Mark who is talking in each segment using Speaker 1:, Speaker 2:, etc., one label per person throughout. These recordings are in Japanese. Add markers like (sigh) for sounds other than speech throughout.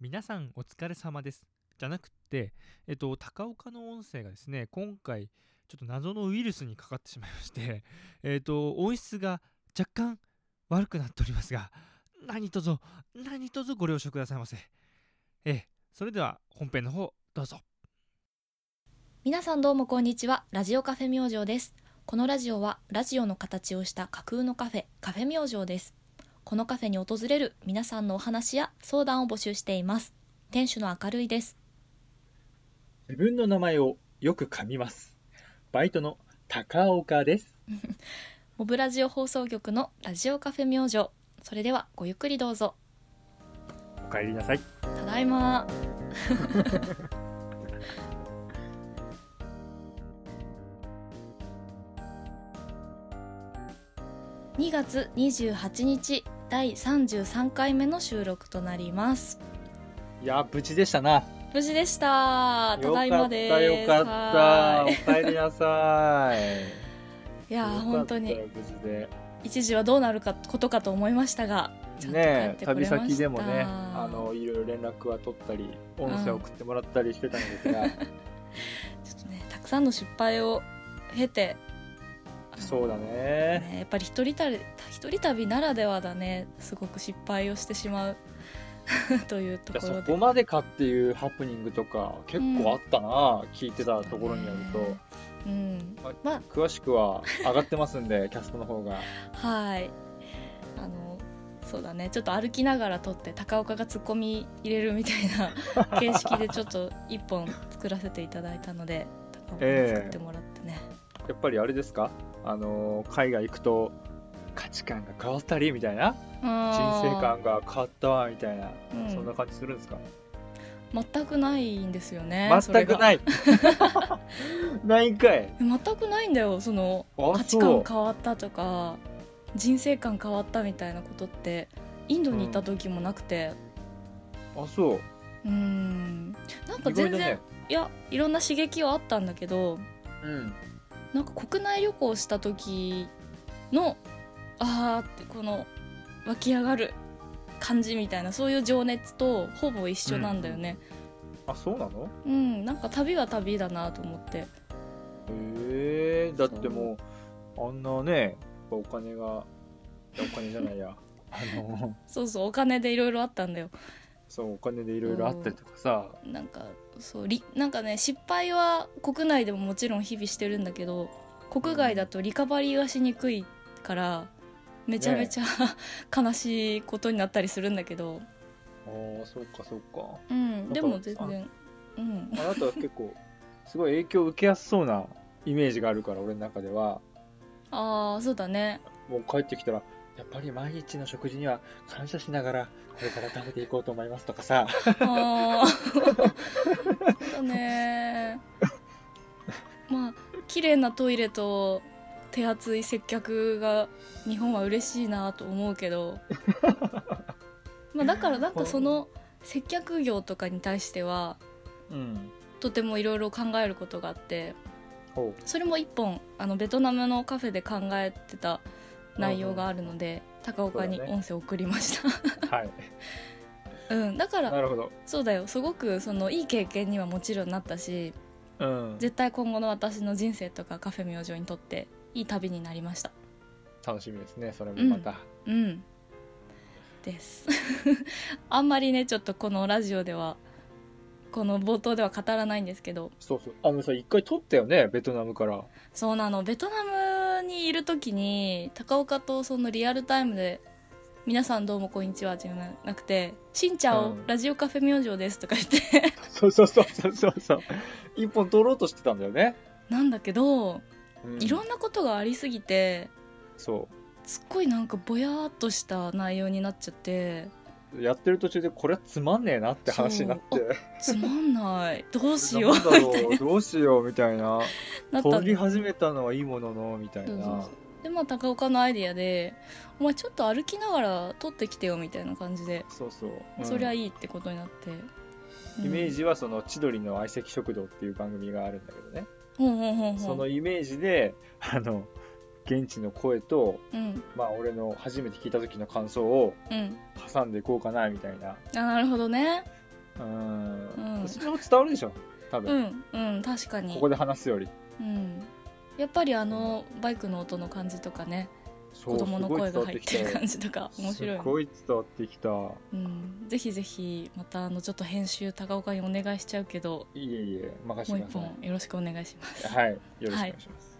Speaker 1: 皆さんお疲れ様ですじゃなくって、えっと、高岡の音声がですね今回ちょっと謎のウイルスにかかってしまいまして、 (laughs) えっと、音質が若干悪くなっておりますが何卒何卒ご了承くださいませええそれでは本編の方どうぞ
Speaker 2: 皆さんどうもこんにちは。ラジオカフェ明星です。このラジオはラジオの形をした架空のカフェ、カフェ明星です。このカフェに訪れる皆さんのお話や相談を募集しています。店主の明るいです。
Speaker 3: 自分の名前をよく噛みます。バイトの高岡です。
Speaker 2: モブラジオ放送局のラジオカフェ明星。それではごゆっくりどうぞ。
Speaker 3: お帰りなさい。
Speaker 2: ただ
Speaker 3: (laughs)
Speaker 2: いま。2月28日第33回目の収録となります。
Speaker 3: いや、無事でしたな。
Speaker 2: 無事でした。た
Speaker 3: よ
Speaker 2: だい
Speaker 3: か
Speaker 2: ま
Speaker 3: っ
Speaker 2: で
Speaker 3: た、
Speaker 2: す。
Speaker 3: よかった。
Speaker 2: は
Speaker 3: お
Speaker 2: ーい
Speaker 3: 帰りなさい。
Speaker 2: い
Speaker 3: よ
Speaker 2: やー
Speaker 3: かった
Speaker 2: 本当に
Speaker 3: 無事で。
Speaker 2: 一時はどうなるかことかと思いましたが、ちゃんと
Speaker 3: ね
Speaker 2: 帰っ
Speaker 3: え、
Speaker 2: てこれ
Speaker 3: 旅
Speaker 2: ました。
Speaker 3: 先でもね、あの、いろいろ連絡は取ったり、音声送ってもらったりしてたんです
Speaker 2: (laughs)
Speaker 3: が、
Speaker 2: ちょっとねたくさんの失敗を経て、
Speaker 3: そうだね。
Speaker 2: ねやっぱり一人旅一人旅ならではだねすごく失敗をしてしまう (laughs) というと
Speaker 3: じゃあ
Speaker 2: こ
Speaker 3: そ
Speaker 2: ろで
Speaker 3: こまでかっていうハプニングとか結構あったな、聞いてたところによると、
Speaker 2: うんま
Speaker 3: ま
Speaker 2: あ
Speaker 3: あ、詳しくは上がってますんでキャストの方が
Speaker 2: はいあのそうだねちょっと歩きながら撮って高岡がツッコミ入れるみたいな
Speaker 3: (laughs)
Speaker 2: 形式でちょっと一本作らせていただいたので高岡に作ってもらってね、
Speaker 3: やっぱりあれですかあのー海外行くと価値観が変わったりみたいな人
Speaker 2: あー
Speaker 3: 生観が変わったわみたいな、
Speaker 2: うん
Speaker 3: そんな感じするんですか
Speaker 2: 全くないんですよね
Speaker 3: 全く
Speaker 2: い (laughs)
Speaker 3: ないないんかい
Speaker 2: 全くないんだよその
Speaker 3: あ
Speaker 2: 価値
Speaker 3: そ
Speaker 2: 観
Speaker 3: う
Speaker 2: 変わったとか人生観変わったみたいなことってインドに行った時もなくて
Speaker 3: あそう
Speaker 2: うーんなんか
Speaker 3: 意外
Speaker 2: 全
Speaker 3: だ
Speaker 2: 然、
Speaker 3: ね
Speaker 2: いやいろんな刺激はあったんだけど
Speaker 3: うん
Speaker 2: なんか国内旅行した時のあーってこの湧き上がる感じみたいなそういう情熱とほぼ一緒なんだよね、
Speaker 3: あそうなの
Speaker 2: うんなんか旅は旅だなと思って
Speaker 3: へえだってもうあんなねお金がいやお金じゃないや (laughs) あの
Speaker 2: そうそうお金でいろいろあったんだよ
Speaker 3: そうお金でいろいろあったりとかさ
Speaker 2: なんかそうりなんかね失敗は国内でももちろん日々してるんだけど国外だとリカバリーがしにくいからめちゃめちゃ、 (laughs) 悲しいことになったりするんだけど、
Speaker 3: あーそうかそうか
Speaker 2: うん、でも
Speaker 3: だ
Speaker 2: 全
Speaker 3: から
Speaker 2: 然、うん、
Speaker 3: あなたは結構すごい影響を受けやすそうなイメージがあるから俺の中では
Speaker 2: ああそうだね
Speaker 3: もう帰ってきたらやっぱり毎日の食事には感謝しながらこれから食べていこうと思いますとかさ
Speaker 2: ああそうだねまあ綺麗なトイレと手厚い接客が日本は嬉しいなと思うけどまあだからなんかその接客業とかに対しては
Speaker 3: うん
Speaker 2: とてもいろいろ考えることがあって
Speaker 3: ほ
Speaker 2: それも一本あのベトナムのカフェで考えてた内容があるので高岡に
Speaker 3: そうだね
Speaker 2: 音声送りました、
Speaker 3: うはい (laughs)
Speaker 2: うんだから
Speaker 3: なるほど
Speaker 2: そうだよすごくそのいい経験にはもちろんなったし
Speaker 3: うん
Speaker 2: 絶対今後の私の人生とかカフェ明星にとっていい旅になりました
Speaker 3: 楽しみですねそれもまた、
Speaker 2: うんです (laughs) あんまりねちょっとこのラジオではこの冒頭では語らないんですけど
Speaker 3: そうそうあのさ一回撮ったよねベトナムから
Speaker 2: そうなのベトナムにいる時に高岡とそのリアルタイムで「皆さんどうもこんにちは」じゃなくて「しんちゃお、
Speaker 3: うん
Speaker 2: ラジオカフェ明星です」とか言って
Speaker 3: (laughs)
Speaker 2: (laughs)
Speaker 3: そうそうそうそうそうそう一本撮ろうとしてたんだよね、
Speaker 2: なんだけど
Speaker 3: うん
Speaker 2: いろんなことがありすぎて
Speaker 3: そ
Speaker 2: すっごいなんかぼやーっとした内容になっちゃって
Speaker 3: うやってる途中でこれはつまんねえなって話になって
Speaker 2: つまんないどうしよ
Speaker 3: (laughs)
Speaker 2: う
Speaker 3: なんだろうどうしようみたいな
Speaker 2: なった
Speaker 3: 撮
Speaker 2: ん
Speaker 3: り
Speaker 2: で
Speaker 3: 始めたのはいいもののみたい
Speaker 2: そうそう
Speaker 3: な
Speaker 2: そうでまあ高岡のアイディアで「お前ちょっと歩きながら撮ってきてよ」みたいな感じで、
Speaker 3: そうそう、うん
Speaker 2: そりゃいいってことになって、うん
Speaker 3: イメージはその千鳥の相席食堂っていう番組があるんだけどね、
Speaker 2: ほんほんほんほん
Speaker 3: そのイメージであの現地の声と
Speaker 2: うん
Speaker 3: まあ俺の初めて聞いた時の感想を
Speaker 2: うん
Speaker 3: 挟んでいこうかなみたいな
Speaker 2: あなるほどね
Speaker 3: うん
Speaker 2: うん
Speaker 3: それも伝わるでしょ多
Speaker 2: う
Speaker 3: 分、
Speaker 2: んうん確かに
Speaker 3: ここで話すより
Speaker 2: うん、やっぱりあのバイクの音の感じとかね
Speaker 3: そ
Speaker 2: 子
Speaker 3: う
Speaker 2: 供の声が入ってる
Speaker 3: す
Speaker 2: 感じとか面白い,、
Speaker 3: ごい伝わってきたすごい伝わって
Speaker 2: うん、ぜひぜひまたあのちょっと編集高岡にお願いしちゃうけど
Speaker 3: きたいえいえ任せ
Speaker 2: も
Speaker 3: てく
Speaker 2: う一
Speaker 3: ださ
Speaker 2: 本よろしくお願いします
Speaker 3: いはいよろしくお願いします、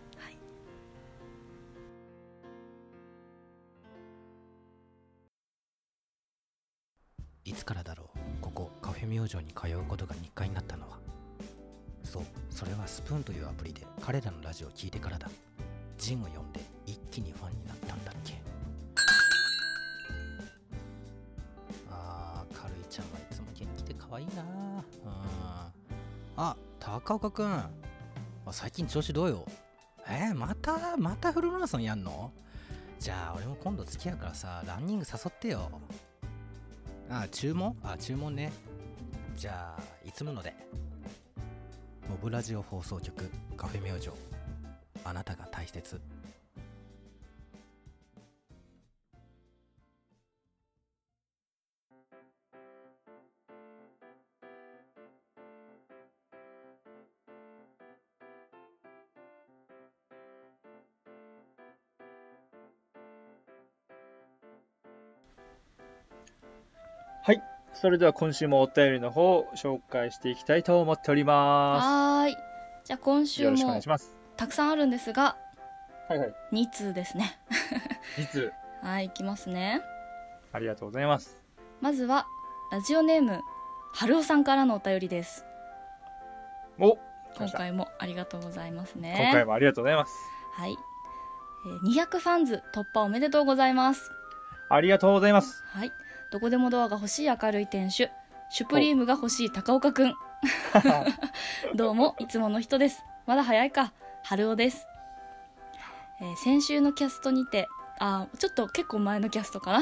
Speaker 4: いつからだろうここカフェ明星に通うことが日課になったのはそうそれはスプーンというアプリで彼らのラジオを聞いてからだジンを呼んで一気にファンになったんだっけあーかるいちゃんはいつも元気で可愛いなうんあ高岡くんあ最近調子どうよえー、またまたフルマラソンやんのじゃあ俺も今度付き合うからさランニング誘ってよあ注文あ注文ねじゃあいつものでモブラジオ放送局カフェ明星あなたが大切
Speaker 3: それでは今週もお便りの方紹介していきたいと思っておりま
Speaker 2: はーいじゃあ今
Speaker 3: す
Speaker 2: 週
Speaker 3: よろしくお願い
Speaker 2: も
Speaker 3: します
Speaker 2: たくさんあるんですが
Speaker 3: はいはい
Speaker 2: 2通ですね
Speaker 3: 実
Speaker 2: はいいきますね
Speaker 3: ありがとうございます
Speaker 2: まずはラジオネーム春尾さんからのお便りです
Speaker 3: お来ま
Speaker 2: 今
Speaker 3: した
Speaker 2: 回もありがとうございますね
Speaker 3: 今回もありがとうございます
Speaker 2: はい、えー200ファンズ突破おめでとうございます
Speaker 3: ありがとうございます
Speaker 2: はい。どこでもドアが欲しい明るい店主。シュプリームが欲しい高岡
Speaker 3: (laughs)
Speaker 2: くん。どうも、いつもの人です。まだ早いか。春尾です。えー先週のキャストにて、あー、ちょっと結構前のキャストかな。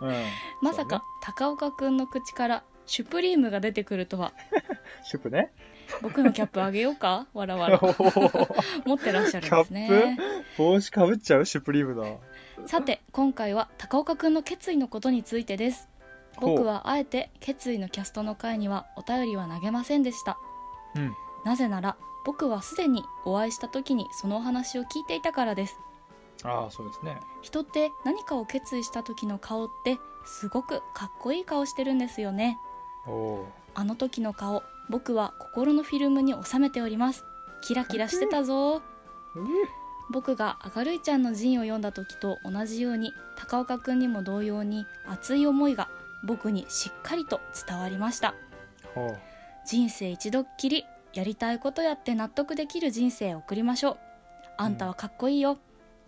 Speaker 3: うん
Speaker 2: まさ
Speaker 3: そう
Speaker 2: か、高岡くんの口から、シュプリームが出てくるとは。
Speaker 3: シュプね
Speaker 2: 僕のキャップあげよう
Speaker 3: (laughs)
Speaker 2: かわらわら。
Speaker 3: おー
Speaker 2: 持ってらっしゃるんですね。
Speaker 3: 帽子かぶっちゃうシュプリームだ
Speaker 2: さて、今回は高岡くんの決意のことについてです。僕はあえて決意のキャストの回にはお便りは投げませんでした、
Speaker 3: うん
Speaker 2: なぜなら僕はすでにお会いした時にそのお話を聞いていたからです
Speaker 3: ああそうですね
Speaker 2: 人って何かを決意した時の顔ってすごくかっこいい顔してるんですよね
Speaker 3: おお
Speaker 2: あの時の顔僕は心のフィルムに収めておりますキラキラしてたぞ
Speaker 3: ー
Speaker 2: 僕が明るいちゃんの陣を読んだ時と同じように高岡くんにも同様に熱い思いが僕にしっかりと伝わりました
Speaker 3: ほう
Speaker 2: 人生一度っきりやりたいことやって納得できる人生を送りましょうあんたはかっこいいよ、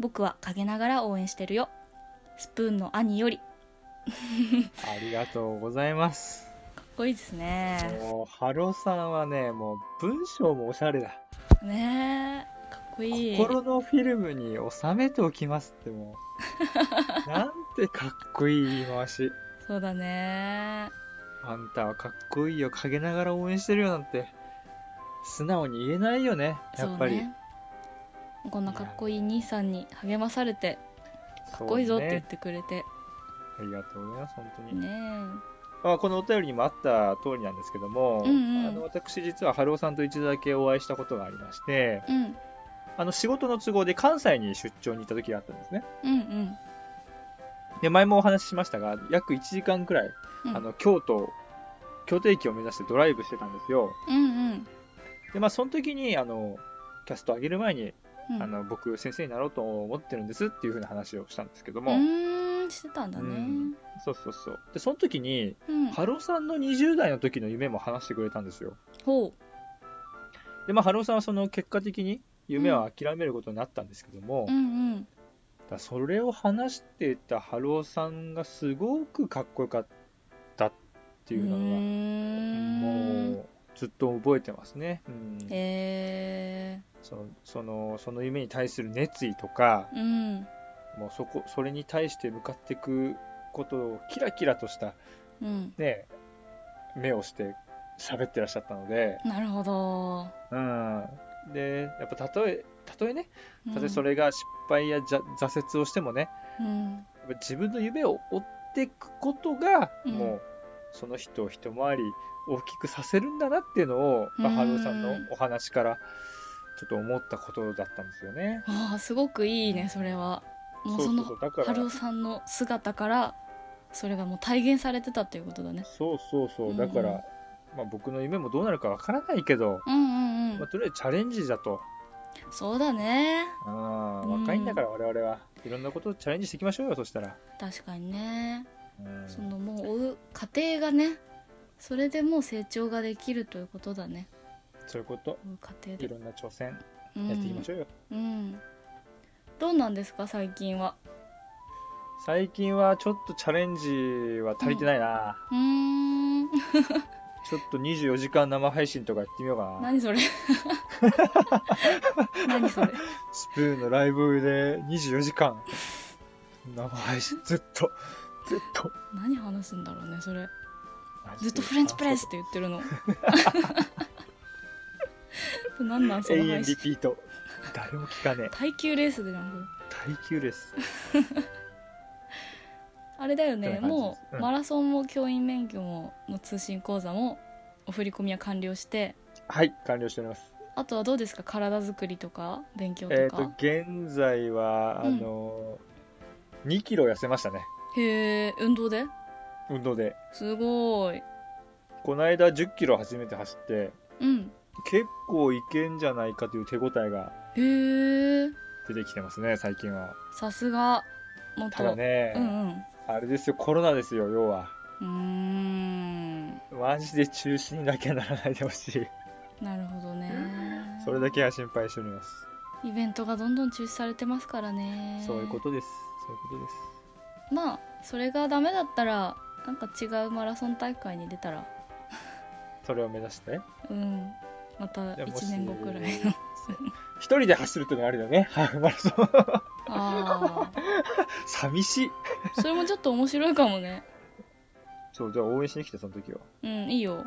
Speaker 2: 僕は陰ながら応援してるよスプーンの兄よりか
Speaker 3: ありがとうございます
Speaker 2: っこいいですね
Speaker 3: もうハロさんはねもう文章もおしゃれだ
Speaker 2: ねえかっこいい
Speaker 3: 心のフィルムに収めておきますってもう (laughs) なんてかっこいい言い回し
Speaker 2: そうだね
Speaker 3: あんたはかっこいいよ陰ながら応援してるよなんて素直に言えないよねやっぱり
Speaker 2: そうねこんなかっこいい兄さんに励まされてか
Speaker 3: か
Speaker 2: っこいいぞって言ってくれて
Speaker 3: ありがとうございます本当に、
Speaker 2: ね
Speaker 3: まあ、このお便りにもあった通りなんですけども、
Speaker 2: うんうん
Speaker 3: あの私実はハローさんと一度だけお会いしたことがありまして
Speaker 2: えうん
Speaker 3: あの仕事の都合で関西に出張に行った時があったんですね
Speaker 2: うんうん
Speaker 3: で前もお話ししましたが約1時間くらい、
Speaker 2: うん
Speaker 3: あの京都京都駅を目指してドライブしてたんですよ
Speaker 2: うんうん
Speaker 3: でまあその時にあのキャスト上げる前に、
Speaker 2: うん
Speaker 3: あの僕先生になろうと思ってるんですっていう風な話をしたんですけど
Speaker 2: う
Speaker 3: も、
Speaker 2: ーんしてたんだね
Speaker 3: うんそうそうそうでその時に、
Speaker 2: うん
Speaker 3: ハローさんの20代の時の夢も話してくれたんですよ
Speaker 2: ほ
Speaker 3: でまあハローさんはその結果的に夢は諦めることになったんですけども、
Speaker 2: ううんうん
Speaker 3: だからそれを話してたハローさんがすごくかっこよかったっていうのが、
Speaker 2: うーん
Speaker 3: もうずっと覚えてますね、うん
Speaker 2: へえ
Speaker 3: そのそのその夢に対する熱意とか
Speaker 2: うん
Speaker 3: もうそこそれに対して向かっていくことをキラキラとした、
Speaker 2: うん
Speaker 3: ね、目をして喋ってらっしゃったので、
Speaker 2: なるほど
Speaker 3: うん、でやっぱたとえたとえね
Speaker 2: うん
Speaker 3: たとえそれが失敗やじゃ挫折をしてもね
Speaker 2: うん
Speaker 3: やっぱ自分の夢を追っていくことが
Speaker 2: うん
Speaker 3: もその人を一回り大きくさせるんだなっていうのを、まあ、
Speaker 2: うん
Speaker 3: 春雄さんのお話からちょっと思ったことだったんですよね。
Speaker 2: ああすごくいいねそれはもうその
Speaker 3: だか
Speaker 2: 春雄さんの姿からそれがもう体現されてたっていうことだね
Speaker 3: そうそうそうう、
Speaker 2: ん
Speaker 3: だから、まあ、僕の夢もどうなるかわからないけど、
Speaker 2: うんうんう
Speaker 3: まあ、
Speaker 2: ん
Speaker 3: とりあえずチャレンジだと。
Speaker 2: そうだね
Speaker 3: あー若いんだから我々はいろんなことをチャレンジしていきましょうよそしたら。
Speaker 2: 確かにね
Speaker 3: うん
Speaker 2: そのもう追う過程がねそれでもう成長ができるということだね
Speaker 3: そういうこと
Speaker 2: 追う過程
Speaker 3: い
Speaker 2: で
Speaker 3: ろんな挑戦
Speaker 2: うん
Speaker 3: やっていきましょうよ。
Speaker 2: うんどうなんですか最近は
Speaker 3: 最近はちょっとチャレンジは足りてないな。
Speaker 2: うーん
Speaker 3: ちょっと24時間生配信とかやってみようかな。
Speaker 2: 何それ (laughs) 何それ
Speaker 3: スプーンのライブで24時間生配信ずっとずっと
Speaker 2: 何話すんだろうねそれずっとフレンチプレスって言って
Speaker 3: (laughs)
Speaker 2: るの。なんなんそ
Speaker 3: 永
Speaker 2: の
Speaker 3: 遠
Speaker 2: 配
Speaker 3: リ
Speaker 2: 信。
Speaker 3: ピート誰も聞かねえ
Speaker 2: 耐久レースでなんか。
Speaker 3: 耐久レース
Speaker 2: あれだよ
Speaker 3: そん
Speaker 2: ね。
Speaker 3: な感じ
Speaker 2: も
Speaker 3: です
Speaker 2: う、
Speaker 3: うん
Speaker 2: マラソンも教員免許もの通信講座もお振り込みは完了して、
Speaker 3: はい完了しております
Speaker 2: あとはどうですか体作りとか勉強と
Speaker 3: えっ、
Speaker 2: か。
Speaker 3: と現在はあ
Speaker 2: うん
Speaker 3: のー2キロ痩せましたね
Speaker 2: へえ運動で？
Speaker 3: 運動です
Speaker 2: ごい。
Speaker 3: この間1 0キロ初めて走って
Speaker 2: うん。
Speaker 3: 結構いけんじゃないかという手応えが
Speaker 2: へえ
Speaker 3: 出てきてますね最近は
Speaker 2: さすが元。
Speaker 3: ただね、
Speaker 2: うんうん。う
Speaker 3: あれですよコロナですよ要は
Speaker 2: ーん。
Speaker 3: マジで中止にだけはならないでほしい
Speaker 2: なるほどね。
Speaker 3: それだけは心配しております
Speaker 2: イベントがどんどん中止されてますからね。
Speaker 3: そういうことです。そういうことです。
Speaker 2: まあそれがダメだったらなんか違うマラソン大会に出たら
Speaker 3: それを目指して。
Speaker 2: うんまた
Speaker 3: でもし
Speaker 2: 1年後くらいの
Speaker 3: (laughs) 一人で走るってのがあるよね。 (laughs) ハーフマラソン。
Speaker 2: ああ
Speaker 3: 寂しい。
Speaker 2: それもちょっと面白いかもね
Speaker 3: そう、じゃあ応援しに来て、その時は。
Speaker 2: うんいいよ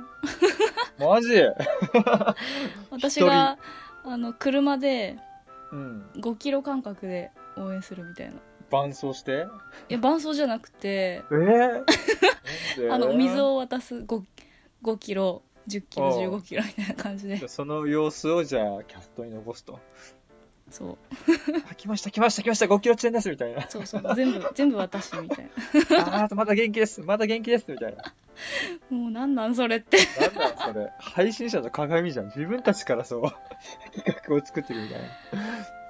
Speaker 3: マジ
Speaker 2: 私があの車で
Speaker 3: うん。
Speaker 2: 5キロ間隔で応援するみたいない
Speaker 3: 伴走して。
Speaker 2: や伴走じゃなくて
Speaker 3: (laughs) えぇ、
Speaker 2: あのお水
Speaker 3: を。
Speaker 2: を渡す 5, 5キロ10キロ15キロみたいな感じ
Speaker 3: じゃ
Speaker 2: で
Speaker 3: あその様子をじゃあキャストに残すと。
Speaker 2: そう
Speaker 3: あ、来ました来ました来ました、5キロ地点ですみたい
Speaker 2: (laughs)
Speaker 3: な。
Speaker 2: そうそう全部全部私みたい
Speaker 3: あー、まだ元気です、まだ元気ですみたいな。
Speaker 2: なもうなんなんそれって
Speaker 3: なんだそれ、配信者の鏡じゃん。自分たちからそう、企画を作ってるみたいな。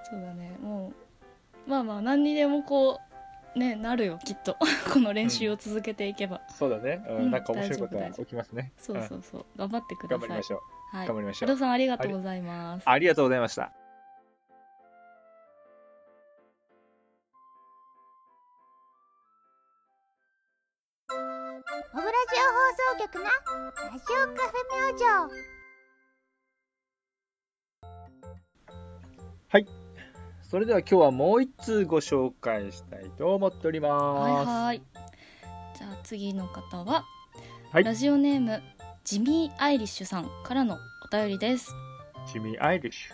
Speaker 2: そうだねもうまあまあ何にでもこうねなるよきっと (laughs) この練習を続けていけば、
Speaker 3: そうだね、うん
Speaker 2: うん
Speaker 3: なんか面白いこと
Speaker 2: 大
Speaker 3: は
Speaker 2: 丈夫
Speaker 3: 起きますね。
Speaker 2: そうそうそう頑張って
Speaker 3: う
Speaker 2: く
Speaker 3: ん
Speaker 2: だ
Speaker 3: 頑
Speaker 2: さ
Speaker 3: 張り
Speaker 2: い
Speaker 3: ましょう。
Speaker 2: はい
Speaker 3: 頑張りましょ
Speaker 2: 不
Speaker 3: う
Speaker 2: 動さんありがとうございます
Speaker 3: ありがとうございました。
Speaker 5: オブラジオ放送局のラジオカフェ明星
Speaker 3: それでは今日はもう一通ご紹介したいと思っており
Speaker 2: はい
Speaker 3: ます。
Speaker 2: はいじゃあ次の方は、
Speaker 3: はい
Speaker 2: ラジオネームジミー・アイリッシュさんからのお便りです
Speaker 3: ジミー・アイリッシュ。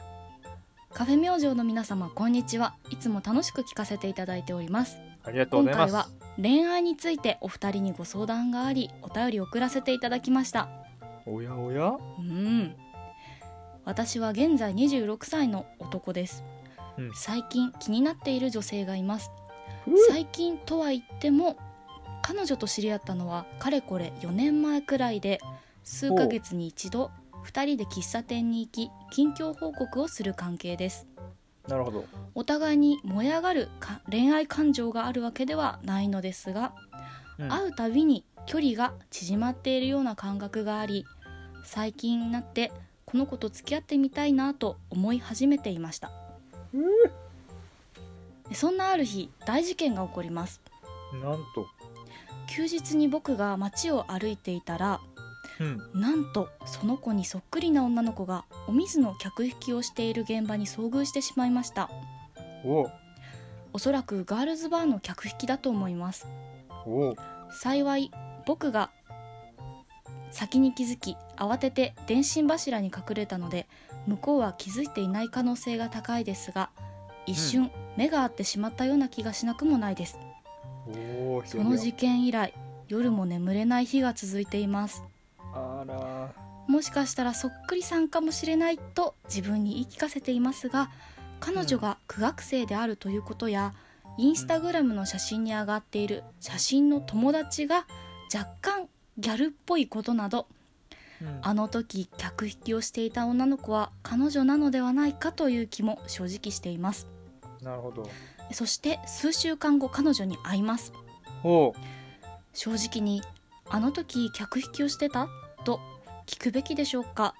Speaker 2: カフェ明星の皆様こんにちはいつも楽しく聞かせていただいております
Speaker 3: ありがとう
Speaker 2: 今
Speaker 3: ございま
Speaker 2: 回
Speaker 3: す。
Speaker 2: は恋愛についてお二人にご相談がありお便りを送らせていただきました
Speaker 3: おやおや、
Speaker 2: うん私は現在26歳の男です、
Speaker 3: うん
Speaker 2: 最近気になっている女性がいます最近とは言っても彼女と知り合ったのはかれこれ4年前くらいで数ヶ月に一度2人で喫茶店に行き近況報告をする関係です
Speaker 3: なるほど。
Speaker 2: お互いに燃え上がるか恋愛感情があるわけではないのですが
Speaker 3: うん
Speaker 2: 会うたびに距離が縮まっているような感覚があり最近になってこの子と付き合ってみたいなと思い始めていましたそんなある日大事件が起こります
Speaker 3: なんと。
Speaker 2: 休日に僕が街を歩いていたら
Speaker 3: うん。
Speaker 2: なんとその子にそっくりな女の子がお水の客引きをしている現場に遭遇してしまいました
Speaker 3: お
Speaker 2: おそらくガールズバーの客引きだと思います
Speaker 3: お。
Speaker 2: 幸い僕が先に気づき慌てて電信柱に隠れたので向こうは気づいていない可能性が高いですが一瞬、目が合ってしまったような気がしなくもないです
Speaker 3: おお。
Speaker 2: その事件以来夜も眠れない日が続いています
Speaker 3: あら
Speaker 2: もしかしたらそっくりさんかもしれないと自分に言い聞かせていますが彼女が苦学生であるということや、インスタグラムの写真に上がっている写真の友達が若干ギャルっぽいことなど
Speaker 3: うん
Speaker 2: あの時客引きをしていた女の子は彼女なのではないかという気も正直しています
Speaker 3: なるほど
Speaker 2: そして数週間後彼女に会います
Speaker 3: ほ
Speaker 2: 正直にあの時客引きをしてたと聞くべきでしょうか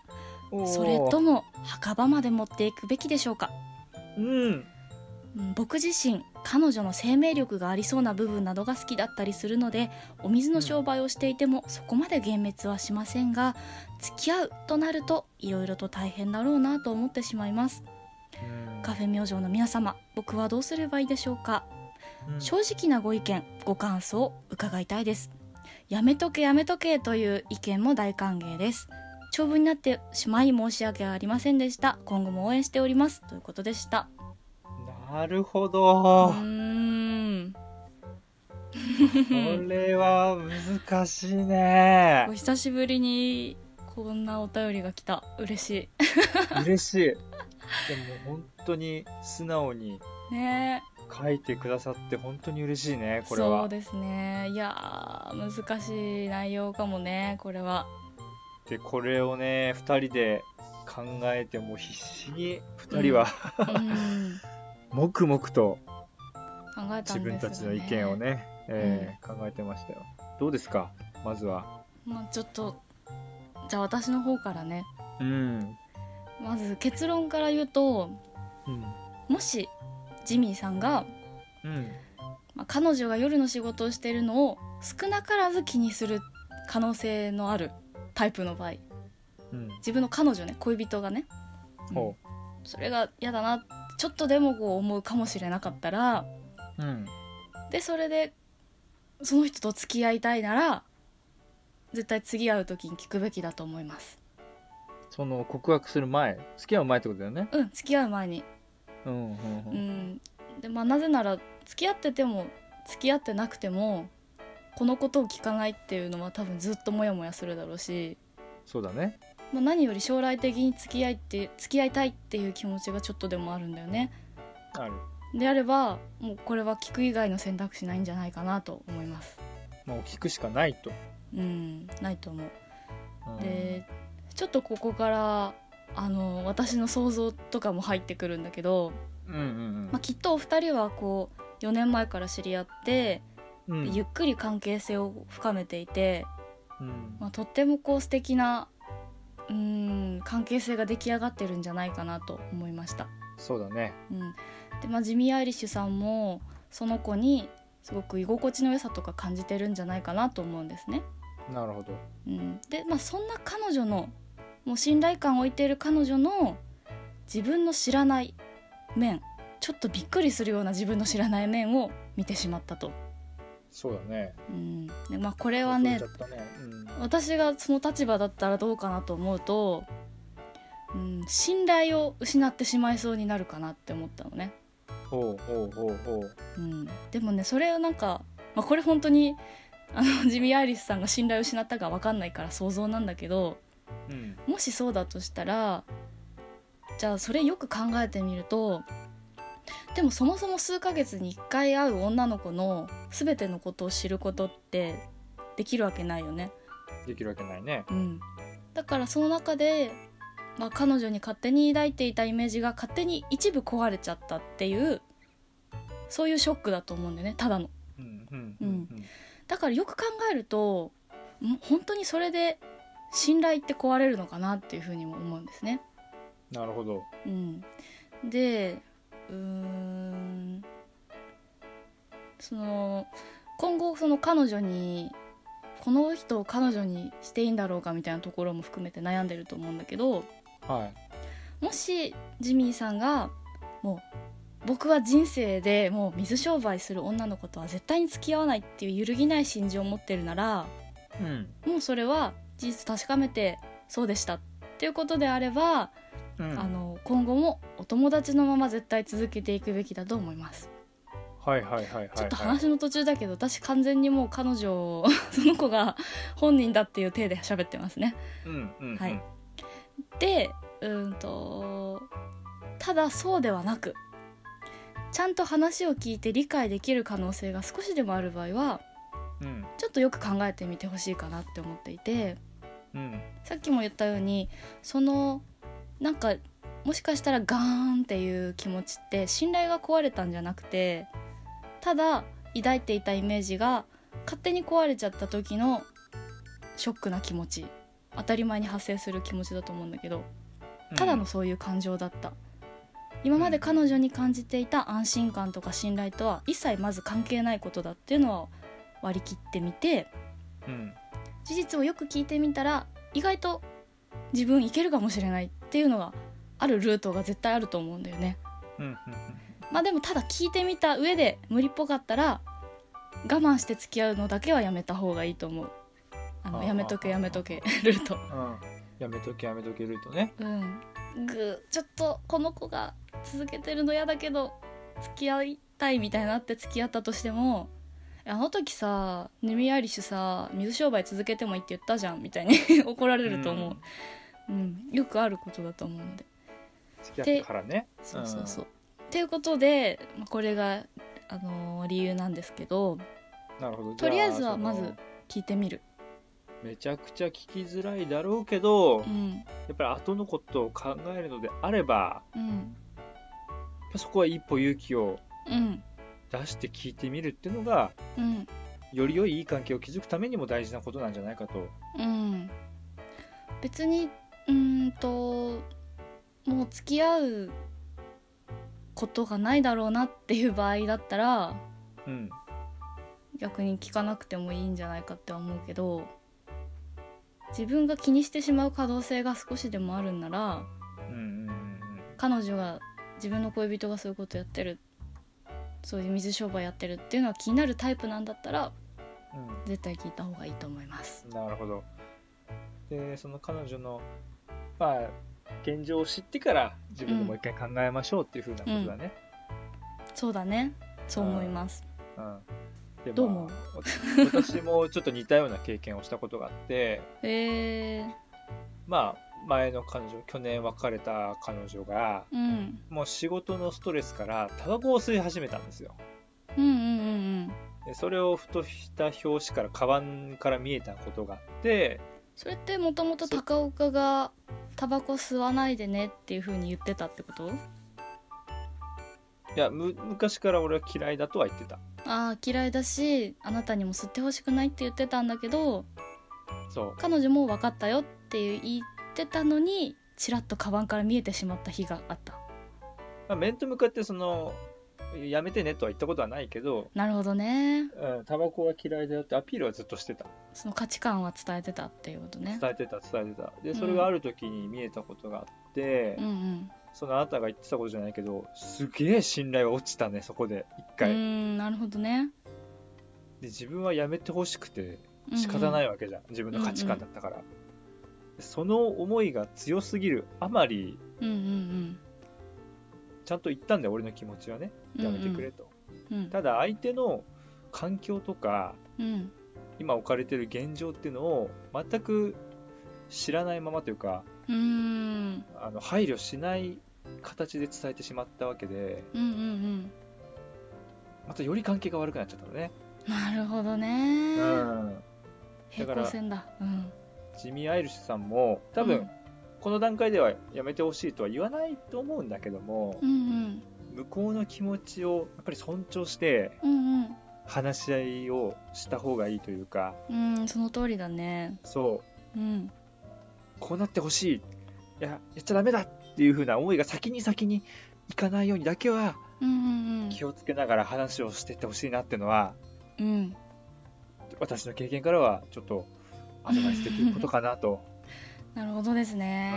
Speaker 3: う
Speaker 2: それとも墓場まで持っていくべきでしょうか
Speaker 3: うん
Speaker 2: うん僕自身彼女の生命力がありそうな部分などが好きだったりするのでお水の商売をしていてもそこまで幻滅はしませんが付き合うとなるといろいろと大変だろうなと思ってしまいますカフェ明星の皆様僕はどうすればいいでしょうか
Speaker 3: うん
Speaker 2: 正直なご意見ご感想伺いたいですやめとけやめとけという意見も大歓迎です長文になってしまい申し訳ありませんでした今後も応援しておりますということでした
Speaker 3: なるほ
Speaker 2: う
Speaker 3: ど、
Speaker 2: ーん
Speaker 3: これは難しいね
Speaker 2: お久しぶりにこんなお便りが来た嬉し
Speaker 3: 嬉しいでも本当に素直に
Speaker 2: いね
Speaker 3: 書いてくださって本当に嬉しいねこれ
Speaker 2: そ
Speaker 3: は
Speaker 2: うですねいやー難しい内容かもねこれは
Speaker 3: でこれをね2人で考えてもう必死に2人は、
Speaker 2: うん
Speaker 3: (laughs) 黙々と
Speaker 2: 考えた
Speaker 3: 自
Speaker 2: んですよね
Speaker 3: 分たちの意見をねえー考えてましたよどうですかまずは
Speaker 2: まあちょっとじゃあ私の方からね
Speaker 3: うん、
Speaker 2: まず結論から言うと
Speaker 3: うん
Speaker 2: もしジミーさんが、
Speaker 3: うん、
Speaker 2: まあ、彼女が夜の仕事をしているのを少なからず気にする可能性のあるタイプの場合
Speaker 3: うん、
Speaker 2: 自分の彼女ね恋人がね
Speaker 3: ほ
Speaker 2: それが嫌だなちょっとでもこう思うかもしれなかったら
Speaker 3: う、うん、
Speaker 2: でそれでその人と付き合いたいなら絶対次会う時に聞くべきだと思います
Speaker 3: その告白する前付き合う前ってことだよね
Speaker 2: うん付き合う前に
Speaker 3: うんうんう
Speaker 2: うんんでまあなぜなら付き合ってても付き合ってなくてもこのことを聞かないっていうのは多分ずっとモヤモヤするだろうし、
Speaker 3: そうだね
Speaker 2: まあ、何より将来的に付き合いって付き合いたいっていう気持ちがちょっとでもあるんだよね
Speaker 3: ある
Speaker 2: であればもうこれは聞く以外の選択肢ないんじゃないかなと思います
Speaker 3: もう聞くしかないと、
Speaker 2: うんないと思う
Speaker 3: うん
Speaker 2: でちょっとここからあの私の想像とかも入ってくるんだけど、
Speaker 3: うんうん
Speaker 2: まあ、きっとお二人はこう4年前から知り合って、
Speaker 3: うんうん
Speaker 2: ゆっくり関係性を深めていて、
Speaker 3: うん
Speaker 2: まあ、とってもこう素敵なうーん関係性が出来上がってるんじゃないかなと思いました。
Speaker 3: そうだね
Speaker 2: うん、で、まあ、ジミー・アイリッシュさんもその子にすごく居心地の良さとか感じてるんじゃないかなと思うんですね。
Speaker 3: なるほど
Speaker 2: うん、で、まあ、そんな彼女のもう信頼感を置いている彼女の自分の知らない面ちょっとびっくりするような自分の知らない面を見てしまったと、
Speaker 3: そうだね
Speaker 2: うんでまあ、これ
Speaker 3: そ
Speaker 2: はね
Speaker 3: う言っちゃったねうん
Speaker 2: 私がその立場だったらどうかなと思うと、うん、信頼を失ってしまいそうになるかなって思ったのね、
Speaker 3: ほうほうほうほう
Speaker 2: うん、でもねそれをなんか、まあ、これ本当にあの (laughs) ジミー・アイリスさんが信頼を失ったか分かんないから想像なんだけど、
Speaker 3: うん
Speaker 2: もしそうだとしたらじゃあそれよく考えてみるとでもそもそも数ヶ月に1回会う女の子の全てのことを知ることってできるわけないよね。
Speaker 3: できるわけないね
Speaker 2: うん、だからその中で、まあ、彼女に勝手に抱いていたイメージが勝手に一部壊れちゃったっていうそういうショックだと思うんだよねただの。
Speaker 3: うんうんうん
Speaker 2: だからよく考えるとん本当にそれで信頼って壊れるのかなっていうふうにも思うんですね。
Speaker 3: なるほど
Speaker 2: うん、でうーんその今後その彼女にこの人を彼女にしていいんだろうかみたいなところも含めて悩んでると思うんだけど
Speaker 3: はい
Speaker 2: もしジミーさんがもう僕は人生でもう水商売する女の子とは絶対に付き合わないっていう揺るぎない心情を持ってるなら
Speaker 3: うん
Speaker 2: もうそれは事実確かめてそうでしたっていうことであれば
Speaker 3: うん
Speaker 2: あの今後もお友達のまま絶対続けていくべきだと思います。
Speaker 3: はいはいはいはい、はい、
Speaker 2: ちょっと話の途中だけど、私完全にもう彼女を (laughs) その子が本人だっていう体で喋ってますね。
Speaker 3: うんうん、うん、
Speaker 2: はいでうーんとただそうではなくちゃんと話を聞いて理解できる可能性が少しでもある場合は
Speaker 3: うん
Speaker 2: ちょっとよく考えてみてほしいかなって思っていて
Speaker 3: うん
Speaker 2: さっきも言ったようにそのなんかもしかしたらガーンっていう気持ちって信頼が壊れたんじゃなくてただ抱いていたイメージが勝手に壊れちゃった時のショックな気持ち当たり前に発生する気持ちだと思うんだけどただのそういう感情だった、今まで彼女に感じていた安心感とか信頼とは一切まず関係ないことだっていうのは割り切ってみて
Speaker 3: うん
Speaker 2: 事実をよく聞いてみたら意外と自分いけるかもしれないっていうのがあるルートが絶対あると思うんだよね
Speaker 3: うんうん
Speaker 2: まあでもただ聞いてみた上で無理っぽかったら我慢して付き合うのだけはやめた方がいいと思うあ
Speaker 3: あ
Speaker 2: の
Speaker 3: ー
Speaker 2: やめとけやめとけルート
Speaker 3: うんうんやめとけやめとけるとね
Speaker 2: うん、ぐーちょっとこの子が続けてるの嫌だけど付き合いたいみたいになって付き合ったとしてもあの時さネミアイリッシュさ水商売続けてもいいって言ったじゃんみたいに (laughs) 怒られると思う、うんよくあることだと思うので
Speaker 3: 付き合ってからね
Speaker 2: そうそうそう。っていうことでまあこれが、あのー理由なんですけど
Speaker 3: なるほど
Speaker 2: とりあえず
Speaker 3: じゃ
Speaker 2: はまず
Speaker 3: その
Speaker 2: 聞いてみる。
Speaker 3: めちゃくちゃ聞きづらいだろうけど、
Speaker 2: うん
Speaker 3: やっぱり後のことを考えるのであれば
Speaker 2: うん
Speaker 3: やっぱそこは一歩勇気を
Speaker 2: うん
Speaker 3: 出して聞いてみるっていうのが
Speaker 2: うん
Speaker 3: より良いいい関係を築くためにも大事なことなんじゃないかと。
Speaker 2: うん、別にうーんともう付き合うことがないだろうなっていう場合だったら
Speaker 3: うん、
Speaker 2: 逆に聞かなくてもいいんじゃないかって思うけど自分が気にしてしまう可能性が少しでもあるんなら
Speaker 3: うんうんうん
Speaker 2: 彼女が自分の恋人がそういうことやってるそういう水商売やってるっていうのは気になるタイプなんだったら
Speaker 3: うんうん
Speaker 2: 絶対聞いた方がいいと思います。
Speaker 3: なるほど。で、その彼女の、まあ、現状を知ってから自分でもう一回考えましょうっていうふうなことだね。
Speaker 2: そうだねそう思います。
Speaker 3: うん。で
Speaker 2: どう思う
Speaker 3: まあわ私もちょっと似たような経験をしたことがあって、
Speaker 2: えー、
Speaker 3: まあ、前の彼女、去年別れた彼女が、
Speaker 2: うん
Speaker 3: もう仕事のストレスからタバコを吸い始めたんですよ。
Speaker 2: うんうんうんうん
Speaker 3: でそれをふとした表紙から、カバンから見えたことがあって、
Speaker 2: それってもともと高岡がタバコ吸わないでねっていう風に言ってたってこと
Speaker 3: いや、む昔から俺は嫌いだとは言ってた。
Speaker 2: ああ嫌いだしあなたにも吸ってほしくないって言ってたんだけど
Speaker 3: そう。
Speaker 2: 彼女も分かったよっていう言ってたのにちらっとカバンから見えてしまった日があった
Speaker 3: まあ、面と向かってそのやめてねとは言ったことはないけど、
Speaker 2: なるほどね
Speaker 3: うん、タバコは嫌いだよってアピールはずっとしてた
Speaker 2: その価値観は伝えてたっていうことね
Speaker 3: 伝えてた伝えてたでそれがある時に見えたことがあって、
Speaker 2: うんうん
Speaker 3: そのあなたが言ってたことじゃないけどすげえ信頼は落ちたねそこで一
Speaker 2: うー
Speaker 3: 回、で
Speaker 2: んなるほどね
Speaker 3: 自分はやめてほしくて仕方ないいわけじゃん、自分の価値観だったから、その思いが強すぎるあまり
Speaker 2: うんうん
Speaker 3: ちゃんと言ったんだよ俺の気持ちはね
Speaker 2: うん
Speaker 3: やめてくれと、
Speaker 2: うん
Speaker 3: ただ相手の環境とか
Speaker 2: うん
Speaker 3: 今置かれてる現状っていうのを全く知らないままというか
Speaker 2: うんうん
Speaker 3: あの配慮しない形で伝えてしまったわけで
Speaker 2: うんうんうん
Speaker 3: またより関係が悪くなっちゃったのね、
Speaker 2: なるほど
Speaker 3: う
Speaker 2: ね
Speaker 3: ん、だ
Speaker 2: 平
Speaker 3: から
Speaker 2: 行線だうん
Speaker 3: ジミー・アイリッシュさんも多分この段階ではやめてほしいとは言わないと思うんだけども
Speaker 2: うんうん
Speaker 3: 向こうの気持ちをやっぱり尊重して
Speaker 2: うんうん
Speaker 3: 話し合いをした方がいいというか
Speaker 2: うんうんその通りだね
Speaker 3: そう
Speaker 2: うん
Speaker 3: こうなってほしいいややっちゃダメだっていう風な思いが先に先にいかないようにだけは
Speaker 2: うんうん
Speaker 3: 気をつけながら話をしていってほしいなっていうのは
Speaker 2: うんうん
Speaker 3: 私の経験からはちょっとアドバイスできることかなと
Speaker 2: なるほどですね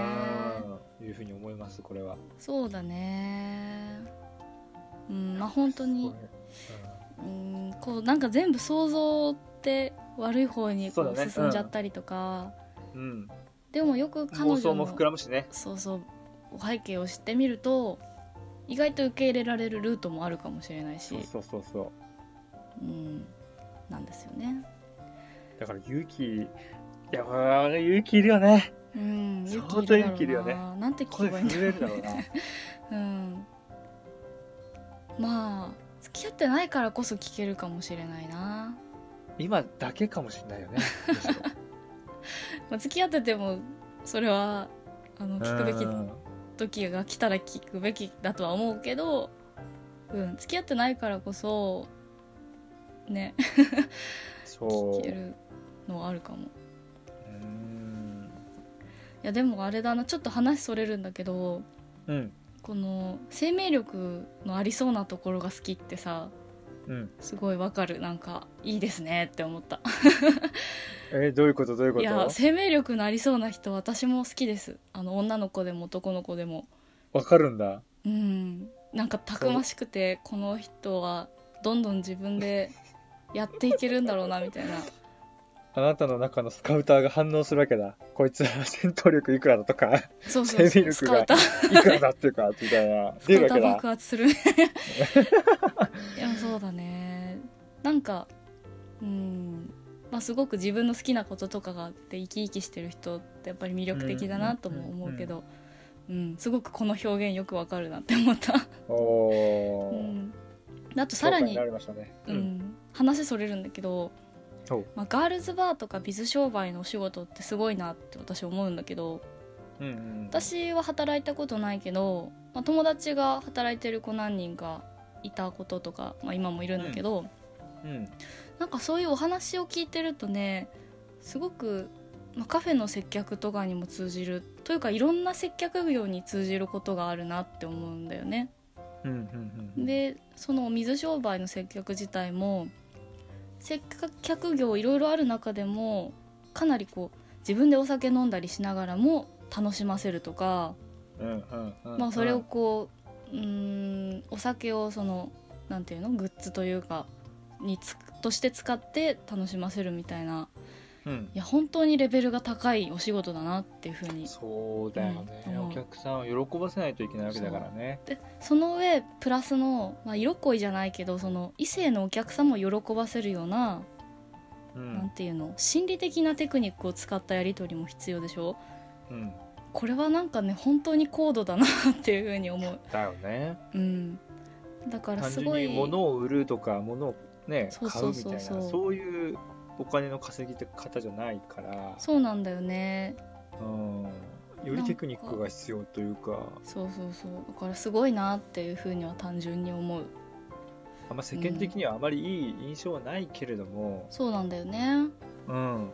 Speaker 3: うんいうふうに思いますこれは。
Speaker 2: そうだねうんまあ本当に
Speaker 3: こ
Speaker 2: うんこうなんか全部想像って悪い方にこ
Speaker 3: そう
Speaker 2: う
Speaker 3: だね
Speaker 2: 進んじゃったりとか、
Speaker 3: れうん、
Speaker 2: でもよく彼
Speaker 3: 妄
Speaker 2: 女
Speaker 3: 想も
Speaker 2: の
Speaker 3: 膨らむしね。
Speaker 2: そうそうお背景を知ってみると意外と受け入れられるルートもあるかもしれないし
Speaker 3: そうそうそうそ
Speaker 2: うんなんですよね
Speaker 3: うだから勇気いやこれ勇気いるよね
Speaker 2: うん
Speaker 3: 相当勇気いるよね
Speaker 2: だろうななんて聞
Speaker 3: 声
Speaker 2: けばいいんだ
Speaker 3: 震え
Speaker 2: ろう
Speaker 3: るだろうな
Speaker 2: うんまあ付き合ってないからこそ聞けるかもしれないな、
Speaker 3: 今だけかもしれないよね
Speaker 2: (laughs)
Speaker 3: むしろ
Speaker 2: まあ、付き合っててもそれはあの聞くべき
Speaker 3: うん
Speaker 2: 時が来たら聞くべきだとは思うけど、うん、付き合ってないからこそね
Speaker 3: そう
Speaker 2: 聞けるのはあるかも
Speaker 3: うん
Speaker 2: いやでもあれだなちょっと話それるんだけど
Speaker 3: うん
Speaker 2: この生命力のありそうなところが好きってさ
Speaker 3: うん
Speaker 2: すごいわかるなんかいいですねって思った
Speaker 3: えーどういうことどういうこ
Speaker 2: いや
Speaker 3: と
Speaker 2: 生命力のありそうな人私も好きですあの女の子でも男の子でも
Speaker 3: わかるんだ
Speaker 2: うんなんかたくましくてこの人はどんどん自分でやっていけるんだろうなみたいな
Speaker 3: あなたの中のスカウターが反応するわけだこいつは戦闘力いくらだと
Speaker 2: (laughs)
Speaker 3: かい
Speaker 2: そうそ
Speaker 3: 生
Speaker 2: うそ
Speaker 3: 命力が
Speaker 2: うスカウター
Speaker 3: くらだっていうかみたいな
Speaker 2: ス
Speaker 3: 出る
Speaker 2: カウ
Speaker 3: わけ
Speaker 2: ター
Speaker 3: だ
Speaker 2: 爆発す (laughs) るいやそうだねなんかうんまあすごく自分の好きなこととかがあって生き生きしてる人ってやっぱり魅力的だなとも思うけどうんすごくこの表現よくわかるなって思った、
Speaker 3: お
Speaker 2: う
Speaker 3: おー
Speaker 2: ん、あとさら
Speaker 3: 評価
Speaker 2: に
Speaker 3: なりましたね
Speaker 2: うん話それるんだけど
Speaker 3: そう、
Speaker 2: まあ、ガールズバーとかビズ商売のお仕事ってすごいなって私思うんだけど
Speaker 3: うんうん
Speaker 2: 私は働いたことないけど、まあ、友達が働いてる子何人かいたこととか、まあ、今もいるんだけど、
Speaker 3: うん
Speaker 2: なんかそういうお話を聞いてるとねすごく、まあ、カフェの接客とかにも通じるというかいろんな接客業に通じることがあるなって思うんだよね。
Speaker 3: うんうんうん
Speaker 2: でその水商売の接客自体も接客業いろいろある中でもかなりこう自分でお酒飲んだりしながらも楽しませるとか、
Speaker 3: うんうんうん
Speaker 2: まあ、それをこううーんお酒をそのなんていうのグッズというかにつとして使って楽しませるみたいな
Speaker 3: うん
Speaker 2: いや本当にレベルが高いお仕事だなっていうふうに
Speaker 3: そうだよね、
Speaker 2: うん
Speaker 3: お客さんを喜ばせないといけないわけだからね
Speaker 2: でその上プラスの、まあ、色恋じゃないけどその異性のお客様を喜ばせるような
Speaker 3: う
Speaker 2: なん
Speaker 3: ん
Speaker 2: ていうの心理的なテクニックを使ったやり取りも必要でしょ
Speaker 3: うん
Speaker 2: これはなんかね本当に高度だなっていうふうに思う、
Speaker 3: だよね
Speaker 2: うん、だから
Speaker 3: 単
Speaker 2: す
Speaker 3: 純
Speaker 2: ご
Speaker 3: に
Speaker 2: い
Speaker 3: 物を売るとか物をね
Speaker 2: そう
Speaker 3: 買
Speaker 2: そうう
Speaker 3: みた
Speaker 2: そ
Speaker 3: いうな
Speaker 2: そう
Speaker 3: そういうお金の稼ぎ方じゃないから
Speaker 2: そうなんだよね
Speaker 3: うんよりテクニックが必要というか
Speaker 2: そうそうそうだからすごいなっていうふうには単純に思う
Speaker 3: あんま世間的にはあまりいい印象はないけれども、
Speaker 2: そうなんだよね
Speaker 3: うん、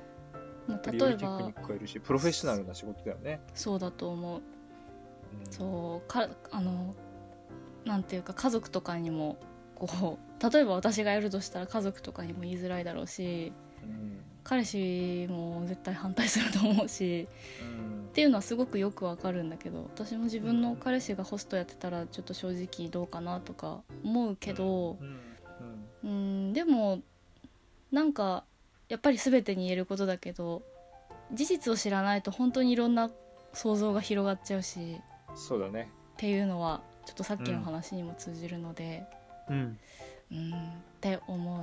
Speaker 3: よりテク
Speaker 2: まあ例え
Speaker 3: ニ
Speaker 2: ば
Speaker 3: ックがいるしプロフェッショナルな仕事だよね、
Speaker 2: そうだと思う
Speaker 3: うん、
Speaker 2: そうかあのなんていうか家族とかにもこう例えば私がやるとしたら家族とかにも言いづらいだろうし
Speaker 3: うん、
Speaker 2: 彼氏も絶対反対すると思うし
Speaker 3: うん
Speaker 2: っていうのはすごくよくわかるんだけど私も自分の彼氏がホストやってたらちょっと正直どうかなとか思うけど
Speaker 3: うんうん
Speaker 2: うんでもなんかやっぱり全てに言えることだけど事実を知らないと本当にいろんな想像が広がっちゃうし。
Speaker 3: そうだね
Speaker 2: っていうのはちょっとさっきの話にも通じるので、
Speaker 3: うん
Speaker 2: うん、って思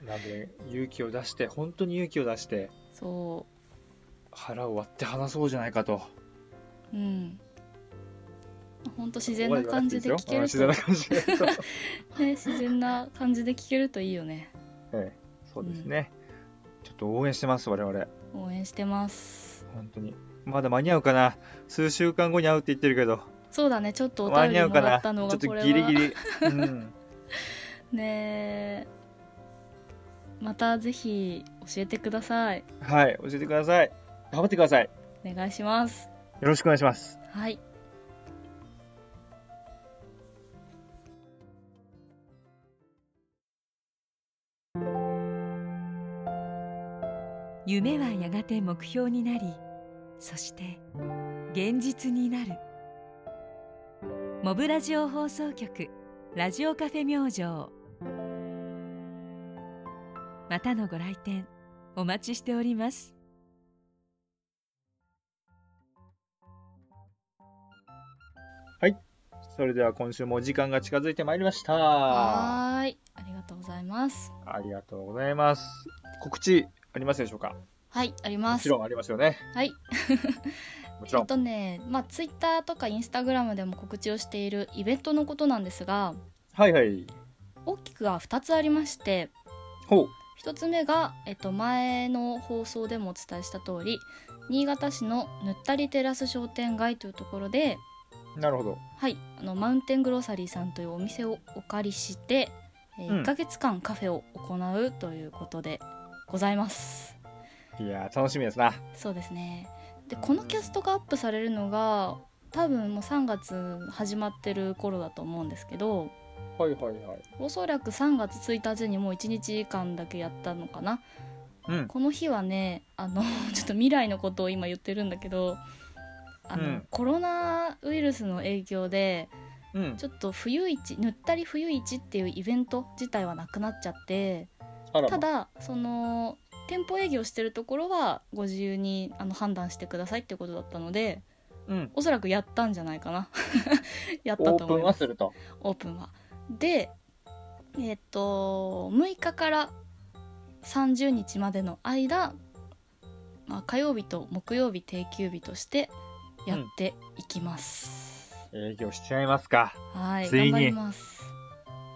Speaker 2: う
Speaker 3: なので勇気を出して本当に勇気を出して
Speaker 2: そ
Speaker 3: 腹を割って話そうじゃないかと
Speaker 2: ううん本当自然な感じで聞ける
Speaker 3: 自然
Speaker 2: と
Speaker 3: な感じでそう
Speaker 2: ね自然な感じで聞けるといいよね (laughs)
Speaker 3: ええそうですね、ちょっと応援してます我々
Speaker 2: 応援してます
Speaker 3: 本当にまだ間に合うかな数週間後に会うって言ってるけど
Speaker 2: そうだねちょっとお
Speaker 3: 間
Speaker 2: 便
Speaker 3: に
Speaker 2: り
Speaker 3: 合う
Speaker 2: も
Speaker 3: からな
Speaker 2: っ
Speaker 3: ち
Speaker 2: た
Speaker 3: ょ
Speaker 2: の
Speaker 3: っ
Speaker 2: が
Speaker 3: と
Speaker 2: これは
Speaker 3: ギリギリ、うん、
Speaker 2: ねえまたぜひ教えてください
Speaker 3: はい教えてください頑張ってくださいよ
Speaker 2: お願いします
Speaker 3: ろしくお願いします
Speaker 2: はい
Speaker 6: 夢はやがて目標になりそして現実になるモブラジオ放送局ラジオカフェ明星またのご来店お待ちしております
Speaker 3: それでは今週もお時間が近づいてまいりましたあ
Speaker 2: はーいありがとうございます
Speaker 3: りがとうございます告知ありますでしょうか
Speaker 2: はいあり
Speaker 3: も
Speaker 2: ま
Speaker 3: ち
Speaker 2: す
Speaker 3: ろんありますよね
Speaker 2: はい
Speaker 3: もち
Speaker 2: え
Speaker 3: ろ
Speaker 2: っ
Speaker 3: ん
Speaker 2: とねまあツイッターとかインスタグラムでも告知をしているイベントのことなんですが
Speaker 3: はいはい
Speaker 2: 大きくは2つありまして
Speaker 3: ほう
Speaker 2: 1つ目が、えっと、前の放送でもお伝えした通り新潟市のぬったりテラス商店街というところで
Speaker 3: なるほど
Speaker 2: はい、あのマウンテングロサリーさんというお店をお借りして、えー
Speaker 3: うん
Speaker 2: 1ヶ月間カフェを行うということでございます。
Speaker 3: いやー楽しみですな
Speaker 2: そうですね。で、このキャストがアップされるのが多分もう3月始まってる頃だと思うんですけど、
Speaker 3: はいはいはい
Speaker 2: おそらく3月1日にもう1日間だけやったのかな。
Speaker 3: うん
Speaker 2: この日はね、あの (laughs) ちょっと未来のことを今言ってるんだけど、あの、
Speaker 3: うん
Speaker 2: コロナウイルスの影響で。
Speaker 3: うん
Speaker 2: ちょっと冬市ぬったり冬市っていうイベント自体はなくなっちゃって
Speaker 3: あら
Speaker 2: ただその店舗営業してるところはご自由にあの判断してくださいってことだったので
Speaker 3: うん
Speaker 2: おそらくやったんじゃないかな (laughs) やった
Speaker 3: オ
Speaker 2: と
Speaker 3: ープ
Speaker 2: 思
Speaker 3: ン
Speaker 2: いま
Speaker 3: は
Speaker 2: す
Speaker 3: すると
Speaker 2: オープンはでえっと6日から30日までの間、まあ、火曜日と木曜日定休日としてやっていきます、
Speaker 3: 営業しちゃいますか
Speaker 2: はい
Speaker 3: ついに
Speaker 2: 頑張ります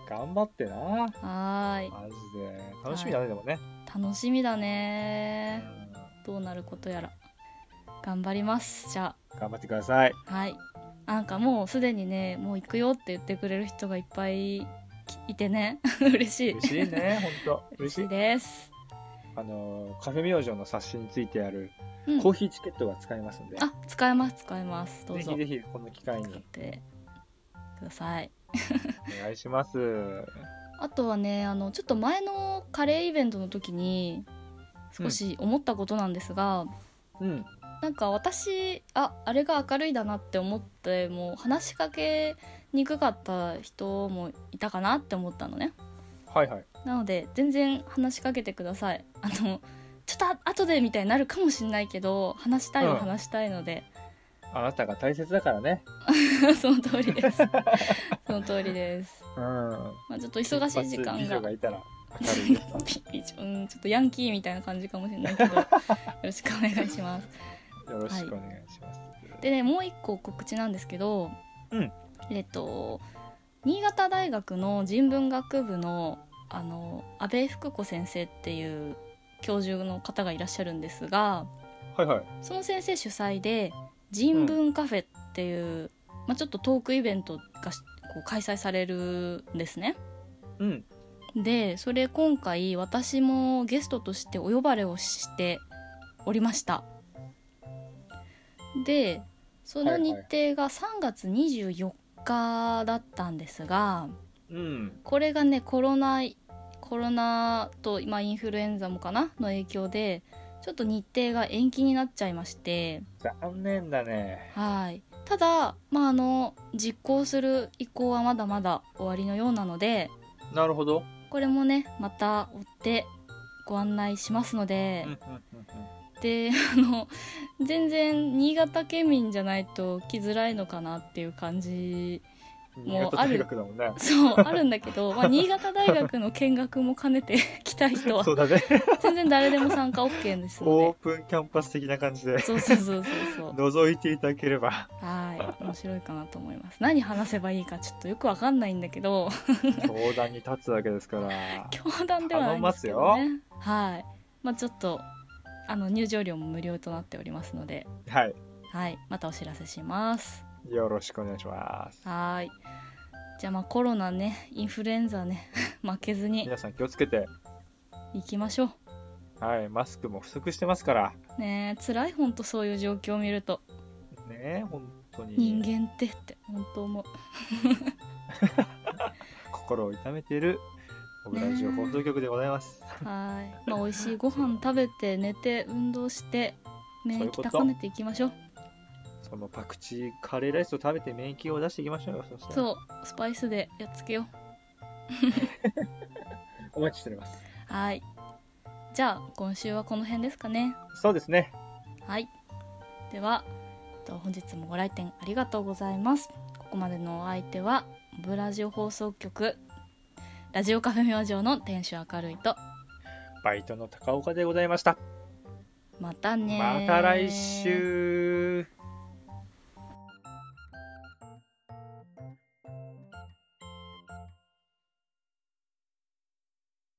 Speaker 3: 頑張ってな
Speaker 2: はーい
Speaker 3: マジで楽しみだね、でもね
Speaker 2: 楽しみだねどうなることやら頑張りますじゃ
Speaker 3: 頑張ってください
Speaker 2: あはいなんかもうすでにねもう行くよって言ってくれる人がいっぱいいてね (laughs) 嬉しい
Speaker 3: 嬉しい
Speaker 2: (laughs)
Speaker 3: ね本当嬉
Speaker 2: 嬉
Speaker 3: し
Speaker 2: し
Speaker 3: い
Speaker 2: いです
Speaker 3: あのーカフェ明星の冊子についてある
Speaker 2: うん
Speaker 3: コーヒーチケットが使えますんで、
Speaker 2: あ使えます使えますどう
Speaker 3: ぜ
Speaker 2: ぞ
Speaker 3: ひぜひこの機会
Speaker 2: 使っ (laughs)
Speaker 3: に
Speaker 2: てください
Speaker 3: お願いします
Speaker 2: あとはねあのちょっと前のカレーイベントの時に少し思ったことなんですが、
Speaker 3: うん
Speaker 2: なんか私ああれが明るいだなって思ってもう話しかけにくかった人もいたかなって思ったのね
Speaker 3: はいはい
Speaker 2: なので全然話しかけてください (laughs) あのちょっとあ後でみたいになるかもしんないけど話したいは
Speaker 3: うん
Speaker 2: 話したいので、 (laughs)
Speaker 3: あなたが大切だからね
Speaker 2: その通りです (laughs) その通りです、
Speaker 3: うん
Speaker 2: まあ、ちょっと忙しい時間
Speaker 3: 美女
Speaker 2: が
Speaker 3: がいたら明るいです
Speaker 2: ビジョンちょっとヤンキーみたいな感じかもしれないけどよろしくお願いします
Speaker 3: よろしくお願いします、
Speaker 2: でねもう一個告知なんですけど、
Speaker 3: うん
Speaker 2: えっと新潟大学の人文学部のあの安倍福子先生っていう教授の方がいらっしゃるんですが
Speaker 3: はいはい
Speaker 2: その先生主催で人文カフェっていう、まあ、ちょっとトークイベントがしこう開催されるんですね。
Speaker 3: うん
Speaker 2: でそれ今回私もゲストとしてお呼ばれをしておりましたでその日程が3月24日だったんですが
Speaker 3: うん
Speaker 2: これがねコロナコロナと今インフルエンザもかなの影響でちょっと日程が延期になっちゃいまして
Speaker 3: 残念だね
Speaker 2: はいただまああの実行する意向はまだまだ終わりのようなので
Speaker 3: なるほど
Speaker 2: これもねまた追ってご案内しますので
Speaker 3: うんう、んうんうん
Speaker 2: であの全然新潟県民じゃないと来づらいのかなっていう感じ
Speaker 3: 新潟大学だもんね (laughs)
Speaker 2: そうあるんだけど、まあ、新潟大学の見学も兼ねて来たい人は
Speaker 3: そうだね
Speaker 2: 全然誰でも参加 OK です
Speaker 3: オー
Speaker 2: の
Speaker 3: プンキャンパス的な感じで
Speaker 2: でそうそうそうそうそう
Speaker 3: 覗いていただければ
Speaker 2: はい面白いかなと思います何話せばいいかちょっとよくわかんないんだけど
Speaker 3: 相談に立つわけですから
Speaker 2: 教団ではないんですけどねはいまあちょっとあの入場料も無料となっておりますので
Speaker 3: はい
Speaker 2: はい、またお知らせします。
Speaker 3: よろしくお願いします
Speaker 2: はーい。じゃあまあコロナね、インフルエンザね、 (laughs) 負けずに
Speaker 3: 皆さん気をつけて
Speaker 2: 行きましょ
Speaker 3: はいマスクも不足してますから
Speaker 2: う。ねえ、辛い本当そういう状況を見ると、
Speaker 3: ねえ本当に
Speaker 2: 人間ってって本当思う。
Speaker 3: 心を痛めている小倉ジオ放送局でございます、
Speaker 2: はーい。まあ美味しいご飯食べて寝て運動して免疫高めていきましょう。
Speaker 3: そのパクチーカレーライスを食べて免疫を出していきましょうよそしたら
Speaker 2: そうスパイスでやっつけよ
Speaker 3: お待ちしております
Speaker 2: う。はーい。じゃあ今週はこの辺ですかね。
Speaker 3: そうですね
Speaker 2: はい。では、えっと本日もご来店ありがとうございます。こまでのお相手はブラジオ放送局ラジオカフェ明星の店主明るいと
Speaker 3: バイトの高岡でございました。
Speaker 2: またねー
Speaker 3: また来週